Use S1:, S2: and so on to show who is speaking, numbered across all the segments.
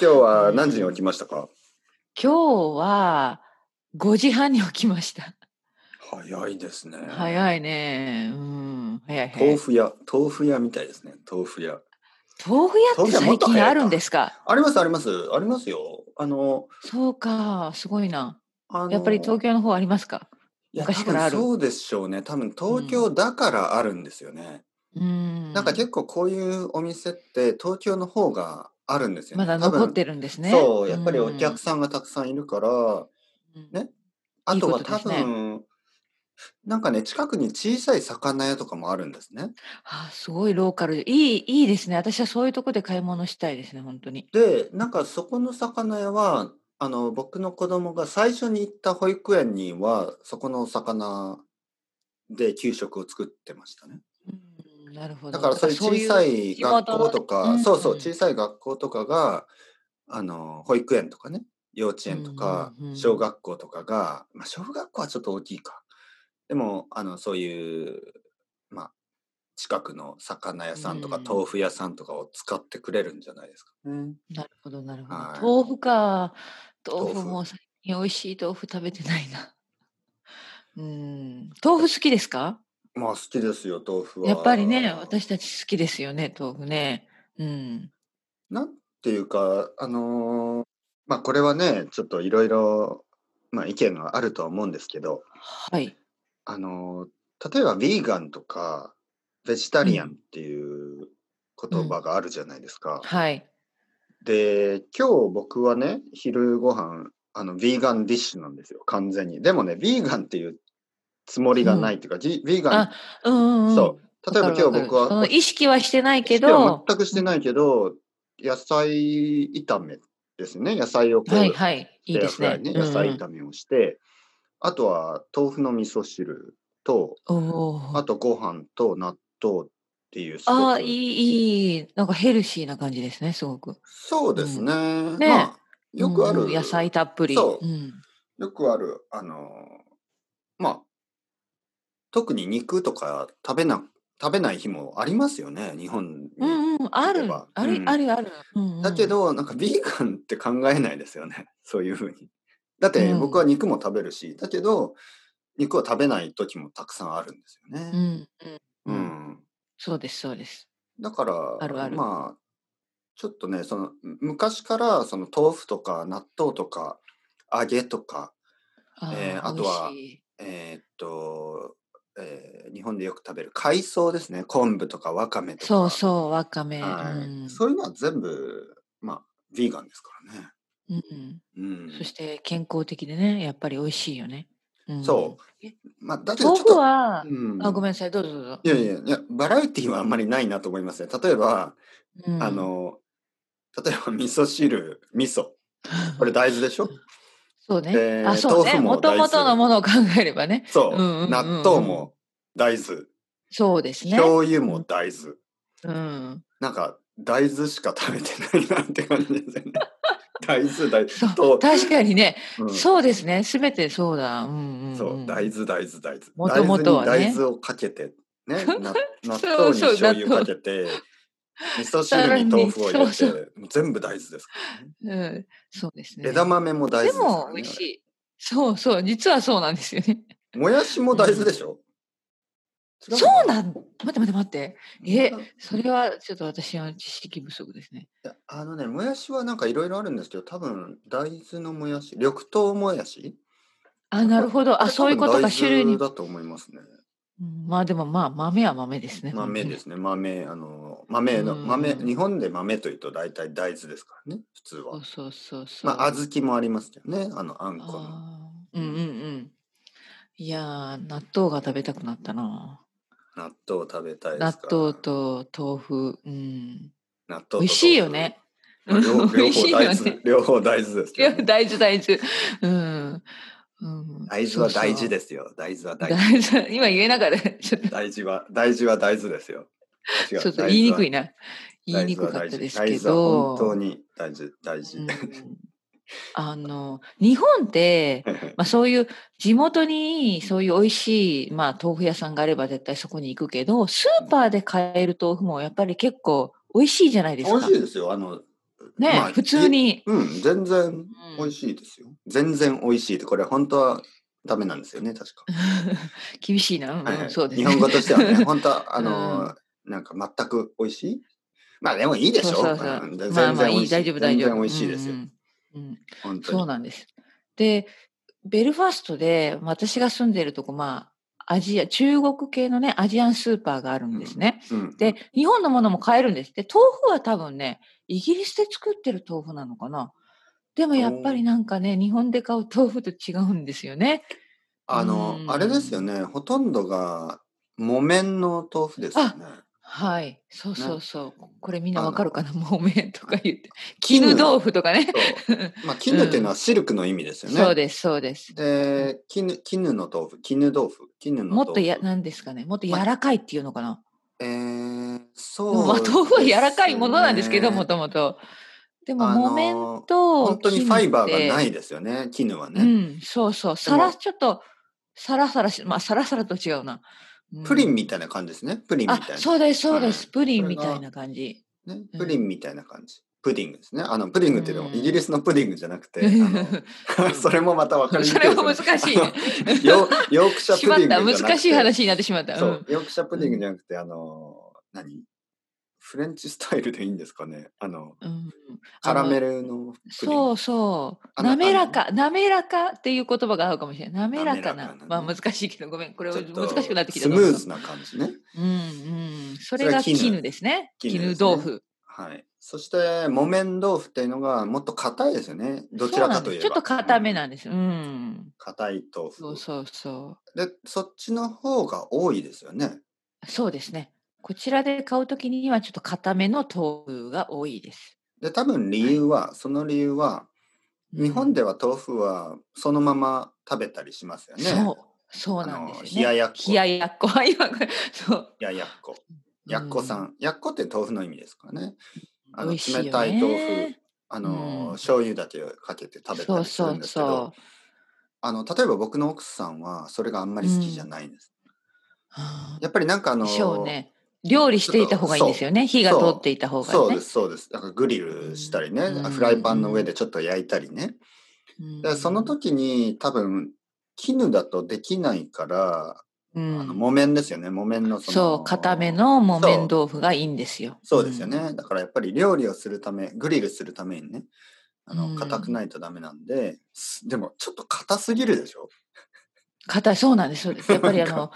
S1: 今日は何時に起きましたか
S2: 今日は5時半に起きました。
S1: 早いですね。
S2: 早いね。うん。早い早
S1: 豆
S2: い。
S1: 腐屋、豆腐屋みたいですね。豆腐屋。
S2: 豆腐屋って最近あるんですか
S1: あります、あります、ありますよ。あの、
S2: そうか。すごいな。
S1: あの
S2: やっぱり東京の方ありますか
S1: いや
S2: 昔からある
S1: 多分そうでしょうね。多分東京だからあるんですよね。
S2: うん。
S1: なんか結構こういうお店って東京の方があるんですよね。
S2: まだ
S1: 多分
S2: 残ってるんですね。
S1: そう、やっぱりお
S2: ん
S1: 客さんがたくさんいるから、ねあとは多分、
S2: いいこと
S1: なんかね、近くに小さい魚屋とかもあるんですね。
S2: あすごいローカルでいいいいですね私はそういうとこで買い物したいですね本当に
S1: で、なんかそこの魚屋は、あの、僕の子供が最初に行った保育園には、そこのお魚で給食を作ってましたね。
S2: うんなるほど
S1: だからそういう小さい学校とか、
S2: 地元のね
S1: そうそう、
S2: うん
S1: 小さい学校とかが、あの、保育園とかね、幼稚園とか
S2: うんうんう、ん
S1: 小学校とかが、まあ、小学校はちょっと大きいか。でも、あの、そういう、まあ、近くの魚屋さんとか
S2: うん
S1: 豆腐屋さんとかを使ってくれるんじゃないですかね。
S2: なるほどなるほど、
S1: はい
S2: 豆腐か
S1: 豆
S2: 豆
S1: 腐
S2: 腐も最近美味しい豆腐食べてないな うん豆腐好きですか
S1: まあ、好きですよ、豆腐は。
S2: やっぱりね私たち好きですよね豆腐ねうん
S1: なんていうか、あのーまあ、これはね、ちょっといろいろ、まあ、意見があるとは思うんですけど、
S2: はい
S1: あのー例えばヴィーガンとかベジタリアンっていう言葉があるじゃないですか。
S2: はい
S1: で今日僕はね昼ご飯あのヴィーガンディッシュなんですよ完全に。でもねヴィーガンっていうつもりがないっていうか、ヴィヴィーガン
S2: あうんうん、うん、
S1: そう例えば今日僕
S2: そ
S1: は
S2: の意識はしてないけ
S1: 意識は
S2: ど
S1: 全くしてないけど、野菜炒めですね野菜をこう、
S2: はいはいいいですね
S1: エアフライ野菜炒めをして、あとは豆腐の味噌汁と
S2: うんうん、おー
S1: あとご飯と納豆っていうすごく
S2: ああ、いい、いい。なんかヘルシーな感じですね、すごく。
S1: そうですね。
S2: ね
S1: まあ、よくあ
S2: う
S1: る、
S2: ん野菜たっぷり。
S1: そう
S2: うん。
S1: よくある、あのーまあ、特に肉とか食べな、食べない日もありますよね、日本に。
S2: うんうん、あ
S1: 例え
S2: る
S1: ば。
S2: あ
S1: う
S2: る、
S1: ん
S2: ある、ある。うんうん
S1: だけ、ど、なんかビーガンって考えないですよね、 そういうふうに。だって
S2: うん
S1: 僕は肉も食べるし、だけど、肉を食べない時もたくさんあるんですよ
S2: う
S1: ね。
S2: ん、うん、うん。
S1: うん
S2: そうです、そうです。
S1: だから、
S2: あるある
S1: まあ、ちょっとね、その、昔から、その、豆腐とか、納豆とか、揚げとか、
S2: あ
S1: えー
S2: ー
S1: あとは
S2: 美味しい
S1: えーっと、えー日本でよく食べる海藻ですね。昆布とかわかめとか。
S2: そうそう、わかめ。
S1: はい
S2: うん
S1: そういうのは全部、まあ、ヴィーガンですからね。
S2: うん
S1: うん。
S2: そして健康的でね、やっぱり美味しいよね。うん
S1: そ
S2: え
S1: まあ、だけど
S2: 豆
S1: ちょっと
S2: 腐、は、
S1: うん
S2: あ、ごめんなさい、どうぞどうぞ
S1: い。やいやいや、バラエティはあんまりないなと思いますね。例えば、
S2: うん
S1: あ、 の、例えば味噌汁、味噌。これ大豆でしょ
S2: そうね
S1: え。ー
S2: あ、そう
S1: 豆
S2: ね。
S1: 腐も
S2: もともとのものを考えればね。
S1: そう,、
S2: うんうんうんうん
S1: 納豆も大豆。
S2: そうですね。
S1: 醤油も大豆。
S2: うん。
S1: なんか、大豆しか食べてないなって感じですよ ね。大豆、大
S2: そう
S1: 豆。
S2: 確かにね、
S1: うん
S2: そうですね、すべてそうだ。うんうん、うん。
S1: そう、大豆、大豆、大豆。
S2: もともとはね
S1: 大豆に大豆をかけて、 ね、な納
S2: そう
S1: 豆に
S2: そう
S1: 醤油
S2: 納
S1: か
S2: 豆
S1: けて、味噌汁に豆腐を入れて、
S2: さら
S1: 全部大豆ですからね、
S2: うん、そうですね。
S1: 枝豆も大豆で
S2: で
S1: すからね
S2: も、美味しい。そうそう、実はそうなんですよね。
S1: もやしも大豆でしょ、違の
S2: そ
S1: か
S2: うなん待って待って待って。え
S1: い、
S2: それはちょっと私の知識不足ですね。
S1: やあのね、もやしはなんかいろいろあるんですけど、多分大豆のもやし、緑豆もやし
S2: あ、なるほど。あ、そういうことか、種類に。
S1: 大豆だと思いますね。
S2: うんまあでも、まあ、豆は豆ですね。。
S1: 豆ですすね、豆、あの、豆の、
S2: うん
S1: 豆、日本で豆というと大体大豆ですからね、普通は。
S2: そうそうそうそう。
S1: まあ、小豆もありますけどね、あの、あんこの。
S2: あーうんうんうん。いやー、納豆が食べたくなったな。
S1: 納豆食べたいです
S2: 納
S1: か
S2: 豆。と豆腐。うん。
S1: 納豆と
S2: 美味しいよね。
S1: 豆腐。まあ両
S2: 美
S1: 両
S2: 味し
S1: 方
S2: いよね
S1: 大豆、両方大豆です
S2: い
S1: け
S2: や、
S1: どね、
S2: 大豆、大豆。うん。うん、
S1: 大豆は大事
S2: で。
S1: ですよ。大豆は大
S2: 大
S1: 事。
S2: 豆、 今言えながら、ちょっと、
S1: 大事は、大事は大豆ですよ。違う
S2: ちょっと言いにくい
S1: な。
S2: な。言いにくかったですけ
S1: 大豆は
S2: ど。
S1: 本当に大事、大事。
S2: うんあの、日本って、まあそういう地元にそういう美味しい、まあ豆腐屋さんがあれば絶対そこに行くけど、スーパーで買える豆腐もやっぱり結構美味しいじゃないで
S1: 美
S2: す
S1: 味
S2: か
S1: し。いですよ。あの、
S2: ね、
S1: まあ
S2: 普通に。
S1: うん、全然
S2: う
S1: 美
S2: ん
S1: 味しいですよ。全然美味しいって、これ本当はダメなんですよね、確か。
S2: 厳しいな、うん
S1: はいはい
S2: そうです
S1: 日
S2: ね。
S1: 本語としては ね、本当は、あの、なんか全く美味しいまあでもいいでしょ
S2: そうそうそう
S1: うん全
S2: まあまあ
S1: 然美
S2: い
S1: 味
S2: い、
S1: し
S2: 大丈夫、大丈
S1: 全
S2: 夫。
S1: 然美味しいですよ
S2: う。んうんうん
S1: 本当に。
S2: そうなんです。で、ベルファストで、まあ私が住んでいるとこ、まあ、アジア、中国系のね、アジアンスーパーがあるんですね。
S1: うん
S2: で、日本のものも買えるんです。で、豆腐は多分ね、イギリスで作ってる豆腐なのかな。でもやっぱりなんかね、日本で買う豆腐と違うんですよね。
S1: あの
S2: う、ん
S1: あれですよね、ほとんどが木綿の豆腐ですよね。
S2: はい、そうそうそう。これみんな
S1: あの
S2: わかるかな木綿とか言って。絹豆腐とかね。
S1: そうまあ、絹っていうのはシルクの意味ですよね。
S2: そうです、そうです。
S1: で、絹、絹の豆腐、絹豆腐、絹の豆腐。
S2: もっとや、なんですかね。もっと柔らかいっていうのかな。
S1: えー、
S2: で
S1: そう
S2: もまあ、
S1: ですね
S2: 豆腐は柔らかいものなんですけど、もともと。でも、
S1: あのー
S2: 木綿と。。
S1: 本当にファイバーがないいですよね、絹は
S2: う
S1: ね。
S2: ん、そうそう。
S1: でも
S2: さら、ちょっと、さらさらし、まあ、さらさらと違うな。うん
S1: プリンみたいな感じですね、プリンみ
S2: あ
S1: たい、な。
S2: そうです、そうです。
S1: うん
S2: プリンみたいな感じ。
S1: ね
S2: う、ん
S1: プリンみたいな感じ。プディングですね。あの、プディングってでも、
S2: うん
S1: イギリスのプディングじゃなくて、あ
S2: う
S1: の
S2: ん
S1: それもまた分かりにくい
S2: そ
S1: です
S2: れ
S1: よね。
S2: も難しい。
S1: あのヨーヨークシャプ
S2: しまっ
S1: ディングじゃなくて。
S2: た。難しい話になってしまった。
S1: そ
S2: うん
S1: う、ヨークシャプディングじゃなくて、あの、何フレンチスタイルでいいんですかね。あの、
S2: うん
S1: カラメル
S2: ル。
S1: のプディング。
S2: そうそう。
S1: あな
S2: 滑らか、滑らかっていう言葉が合うかもしれない。滑らか
S1: 滑ら
S2: な。
S1: かなね
S2: まあ難しいけど、ごめん。これ
S1: ちょ
S2: 難
S1: っと
S2: しくなってきた。
S1: スムーズな感じね。
S2: うんうん。そ
S1: れ
S2: れ
S1: が
S2: が
S1: 絹
S2: 絹ですね。
S1: 絹で
S2: 絹
S1: すね
S2: 豆腐。
S1: はい。そして、木綿豆腐っていうのがもっと硬いですよね。どちらかといえば。
S2: そうなんですちょっと硬め
S1: う
S2: なんんです。うん。
S1: 硬い豆
S2: そう
S1: 腐。
S2: そうそ
S1: で、そっちの方が多いですよね。
S2: う。そうですね。こちらで買うときにはちょっと硬めの豆腐が多いです。
S1: で、多分理由は、その理由は、日本では豆腐はそのまま食べたりしますよね。
S2: そう。そうなんです
S1: あの冷
S2: よ
S1: や
S2: ね。
S1: やっこ
S2: 冷ややっこ。 今これ、そう。
S1: いや、やっこ。やっこさ。
S2: うん
S1: やっこって豆腐の意味ですからね。あの
S2: 美味しいよね
S1: 冷たい豆腐、あの、
S2: うん
S1: 醤油だけをかけて食べた
S2: そう
S1: りする
S2: そ
S1: ん
S2: う
S1: ですけど、
S2: そう。
S1: あの、例えば僕の奥さんはそれがあんまり好きじゃないんです。
S2: はあ
S1: やっぱりなんかあの、
S2: でしょうね。料理していた方がいいんですよね。火が通っていた方がね。
S1: そうです、そうです。だからグリルしたりね、
S2: うん
S1: フライパンの上でちょっと焼いたりね。
S2: うん
S1: でその時に多分、絹だとできないから、あ
S2: う
S1: の
S2: ん、
S1: 木綿ですよね、木綿のその。
S2: そう、固めの木綿豆腐がいいんですよ。
S1: そうですよね、
S2: ん。
S1: だからやっぱり料理をするため、グリルするためにね、あ
S2: う
S1: の、
S2: ん
S1: 硬くないとダメなんで、すでもちょっと硬すぎるでしょ
S2: 硬い、そうなんです、そうです。やっぱりあの、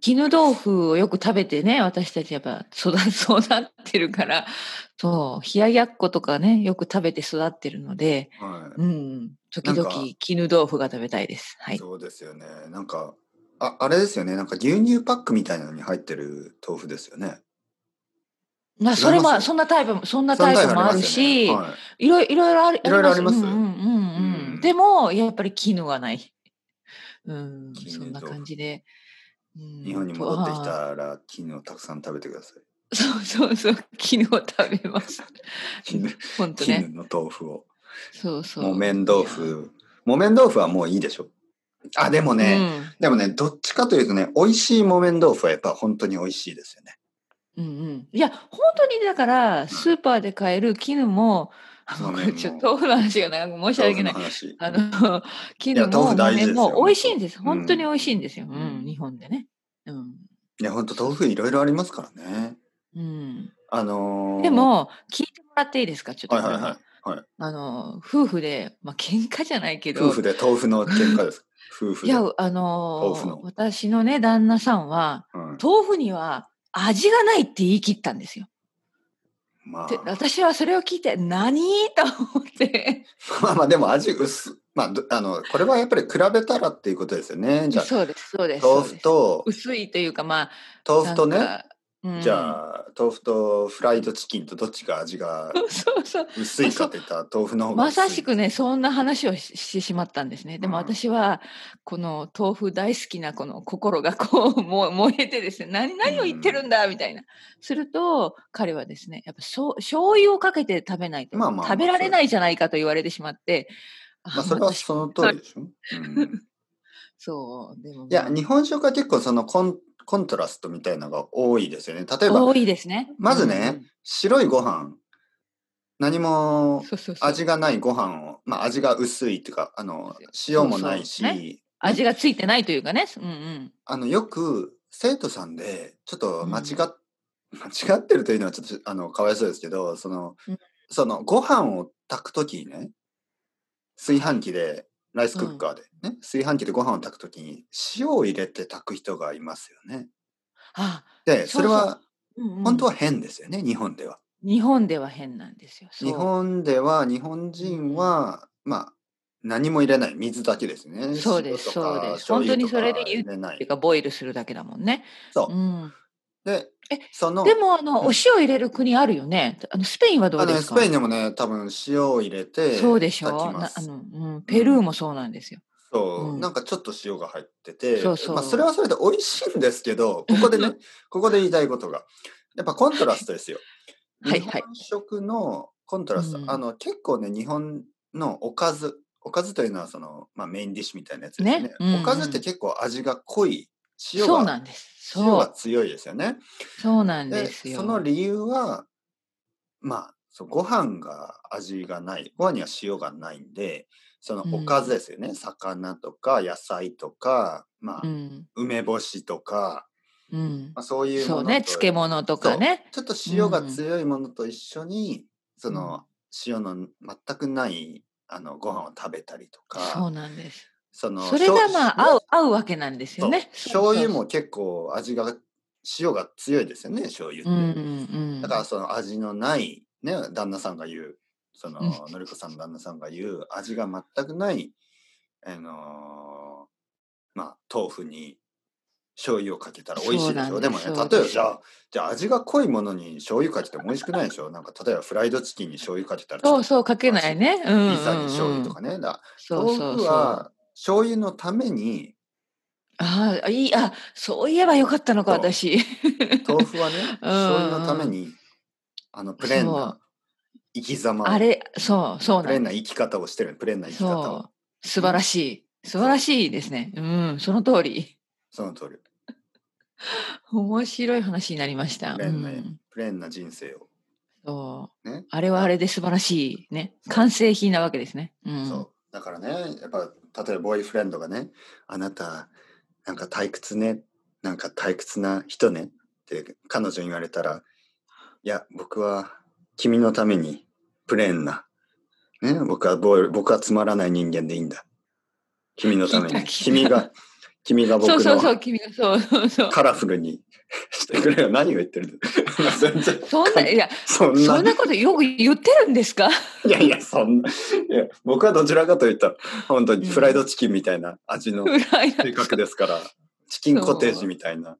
S2: 絹豆腐をよく食べてね、私たちやっぱ育、 育ってるから、そう、冷ややっことかね、よく食べて育ってるので、
S1: はい、
S2: うん、時
S1: なん
S2: 々
S1: か
S2: 絹豆腐が食べたいです。はい。
S1: そうですよね。なんか、あ、あれですよね。なんか牛乳パックみたいなのに入ってる豆腐ですよね。
S2: まあ、それ
S1: 違いま
S2: も、
S1: す
S2: そんなタイプも、そんなタイプもあるし、
S1: そんなタイプりますよねはい
S2: いろいろいろいろあり
S1: いろいろあります
S2: うんうんうんうん
S1: うん
S2: でもやっぱり絹はない。うん、
S1: 絹
S2: そんな
S1: 豆腐
S2: 感じで。うん
S1: 日本に戻ってき。
S2: あ
S1: たら、絹をたくさん食べてください。
S2: ーそうそうそう、絹を食べます。
S1: 絹
S2: 本当
S1: 絹
S2: ね。
S1: の豆腐を。
S2: そうそう。
S1: 木綿豆腐。木綿豆腐はもういいでしょ。あ、でも
S2: いや。
S1: ね、でもね、どっちかというとね、美味しい木綿豆腐はやっぱ本当に美味しいですよね。
S2: うん、うんうん。いや、本当にだから、スーパーで買える絹も、あもうこれちょっと豆腐の話が長く申し
S1: 豆
S2: 訳
S1: 腐
S2: な
S1: の
S2: い。
S1: 話。
S2: あの、
S1: いや
S2: 絹
S1: 豆
S2: も
S1: 腐大事ですよ
S2: 木綿も美味しいんです。
S1: うん
S2: 本当に美味しいんですよ。うん、
S1: うん
S2: 日本でね。うん。
S1: いや、本当豆腐いろいろありますからね。
S2: うん。
S1: あのー
S2: で、も、聞いてもらっていいですかちょっと
S1: は
S2: こ
S1: い
S2: れ
S1: は
S2: は、
S1: いはい。はい、
S2: あの、夫婦で、まあ、喧嘩じゃないけど、
S1: 夫婦で豆腐の喧嘩 です。夫婦
S2: い
S1: で。
S2: や
S1: う、
S2: あの
S1: 豆腐の
S2: 私のね、旦那さんは、
S1: ん、
S2: 豆腐には味がないって言い切ったんですよ。
S1: まあ
S2: で、私はそれを聞いて、何と思って、
S1: まあまあでも味薄。まあ、どあの、これはやっぱり比べたらっていうことですよね。じゃあ、
S2: そうです、そうです。
S1: 豆腐
S2: そう
S1: と
S2: で、す薄いというか、まあ、
S1: 豆腐と
S2: なん
S1: ね、
S2: か、うん
S1: じゃあ、豆腐とフライドチキンとどっちが味が
S2: そう そう。
S1: 薄いかって言ったら豆腐の方が
S2: ま
S1: 薄い。
S2: さしくね、そんな話をししてしまったんですね。でも
S1: うん
S2: 私は、この豆腐大好きなこの心がこう、もう 燃えてですね、何、何を言ってるんだ、みたいな。すると、彼はですね、やっぱそう、醤油をかけて食べないと、
S1: まあまあまあ
S2: 食べられないじゃないかと言われてしまって、
S1: まあ、それはその通りでしょ。うん
S2: そう、でも、
S1: いや、日本食は結構そのコンコントラストみたいなのが多いですよね。例えば、
S2: 多いですね。
S1: まずね
S2: うん、
S1: 白いご飯何も
S2: そうそうそう
S1: 味がないご飯を、まあ味が薄いっていうか、あの、塩もないし、
S2: そうそう味がついてないというかね。うんうん。
S1: あの、よく生徒さんで、ちょっと間違っ、 間違ってるというのはちょっと、あの、かわいそうですけど、その、
S2: うん
S1: その、ご飯を炊くときにね、炊飯器で、ライスクッカーでね、炊飯器でご飯を炊くときに、塩を入れて炊く人がいますよね。
S2: あ、
S1: で、それ
S2: そう
S1: は、
S2: うんうん
S1: 本当は変ですよね、日本では。
S2: 日本では変なんですよ。そう
S1: 日本では日本人は、まあ何も入れない水だけですね。
S2: そうです
S1: 塩とか
S2: そう
S1: 醤油
S2: です
S1: とか
S2: 本当にそれで言う
S1: 入れな
S2: ってい。
S1: いう
S2: かボイルするだけだもんね。
S1: そうう。
S2: ん。
S1: で
S2: え、
S1: その
S2: でもあの、
S1: うん
S2: お塩入れる国あるよね。あのスペインはど
S1: あ
S2: う
S1: の
S2: で
S1: ね
S2: す
S1: ス
S2: か。
S1: ペインでもね多分塩を入れて
S2: そうでしょ
S1: 炊きま
S2: なあ
S1: す。
S2: の、うん、ペルーもそうなんですよ。
S1: そう、
S2: うん
S1: なんかちょっと塩が入ってて、
S2: そうそう
S1: まあそれはそれで美味しいんですけど、ここでねここで言いたいことがやっぱコントラストですよ。
S2: はいは
S1: 日
S2: い
S1: 本食のコントラスト、
S2: うん
S1: あの結構ね日本のおかずおかずというのはその、まあ、メインディッシュみたいなやつですね
S2: ねうんうん
S1: おかずって結構味が濃い塩
S2: そうな
S1: が
S2: んです。
S1: 塩
S2: そ
S1: が
S2: う。
S1: 強いですよね
S2: そうなん
S1: で
S2: ですよ。
S1: その理由はまあそうご飯が味がないご飯には塩がないんでその
S2: うん
S1: おかずですよね、魚とか野菜とか、まあ
S2: うん。
S1: 梅干しとか、
S2: うん
S1: ま。あ、そういうも
S2: そ
S1: の
S2: う
S1: と
S2: ね。漬物とかね。
S1: ちょっと塩が強いものと一緒に、その塩の全くないあのご飯を食べたりと
S2: そう
S1: か、
S2: なんです。
S1: その
S2: それがまあ合う
S1: う
S2: 合うわけなんですよね。
S1: 醤油
S2: そう
S1: も結構味が塩が強いですよね、醤油っ
S2: そう。う
S1: て。
S2: んうんうん。
S1: だからその味のないね旦那さんが言う、その
S2: う
S1: のりこさんの旦那さんが言う味が全くないあのーまあ豆腐に。醤油をかけたら美味しいでし
S2: そ
S1: ょ
S2: う
S1: で
S2: なん
S1: もね例
S2: です
S1: え
S2: そう
S1: ば
S2: です
S1: じゃあじゃあ味が濃いものに醤油かけても美味しくないでしょなんか例えばフライドチキンに醤油かけたらちょっ
S2: そ
S1: と
S2: うそうかけないね。うんうん、うん。
S1: ピザに醤油とかね。だか
S2: そ
S1: ら
S2: うそうそう
S1: 豆腐は醤油のために
S2: ああ、いい、あ、そういえばよかったのか、
S1: そう
S2: 私。
S1: 豆腐は ね醤油のためにあのプレーン
S2: そ
S1: な
S2: う
S1: 生き様を
S2: あれ、そう、そう
S1: プレー
S2: な
S1: ン
S2: ん
S1: な
S2: で
S1: 生き方をしてるプレーンな生
S2: す。
S1: き方を
S2: そう。素晴らしい。素晴らしいですね。うん、その通り。
S1: その通り
S2: 面白い話になりました。
S1: プ
S2: う
S1: レーンな、
S2: ん、
S1: プレーンな人生を
S2: そう。
S1: ね
S2: あれはあれで素晴らしいね。
S1: そう
S2: 完成品なわけですね。うん。
S1: そうだからねやっぱ例えばボーイフレンドがね「あなたなんか退屈ねなんか退屈な人ね」って彼女に言われたら「いや僕は君のためにプレーンな、ね、僕はボーイ僕はつまらない人間でいいんだ君のため
S2: 聞い
S1: に
S2: た聞い
S1: 君
S2: た
S1: が君が僕
S2: そうそうそう、
S1: の
S2: 君が、そうそうそう。
S1: カラフルにしてくれよ何を言ってるんだ 全然
S2: そんな、いや、
S1: そん
S2: そ
S1: なん
S2: なことよく言ってるんですか
S1: いやいや、そんな。いや、僕はどちらかといったら、 本当にフライドチキンみたいな味の
S2: フライド
S1: 性格ですから、チキンコテージみたいな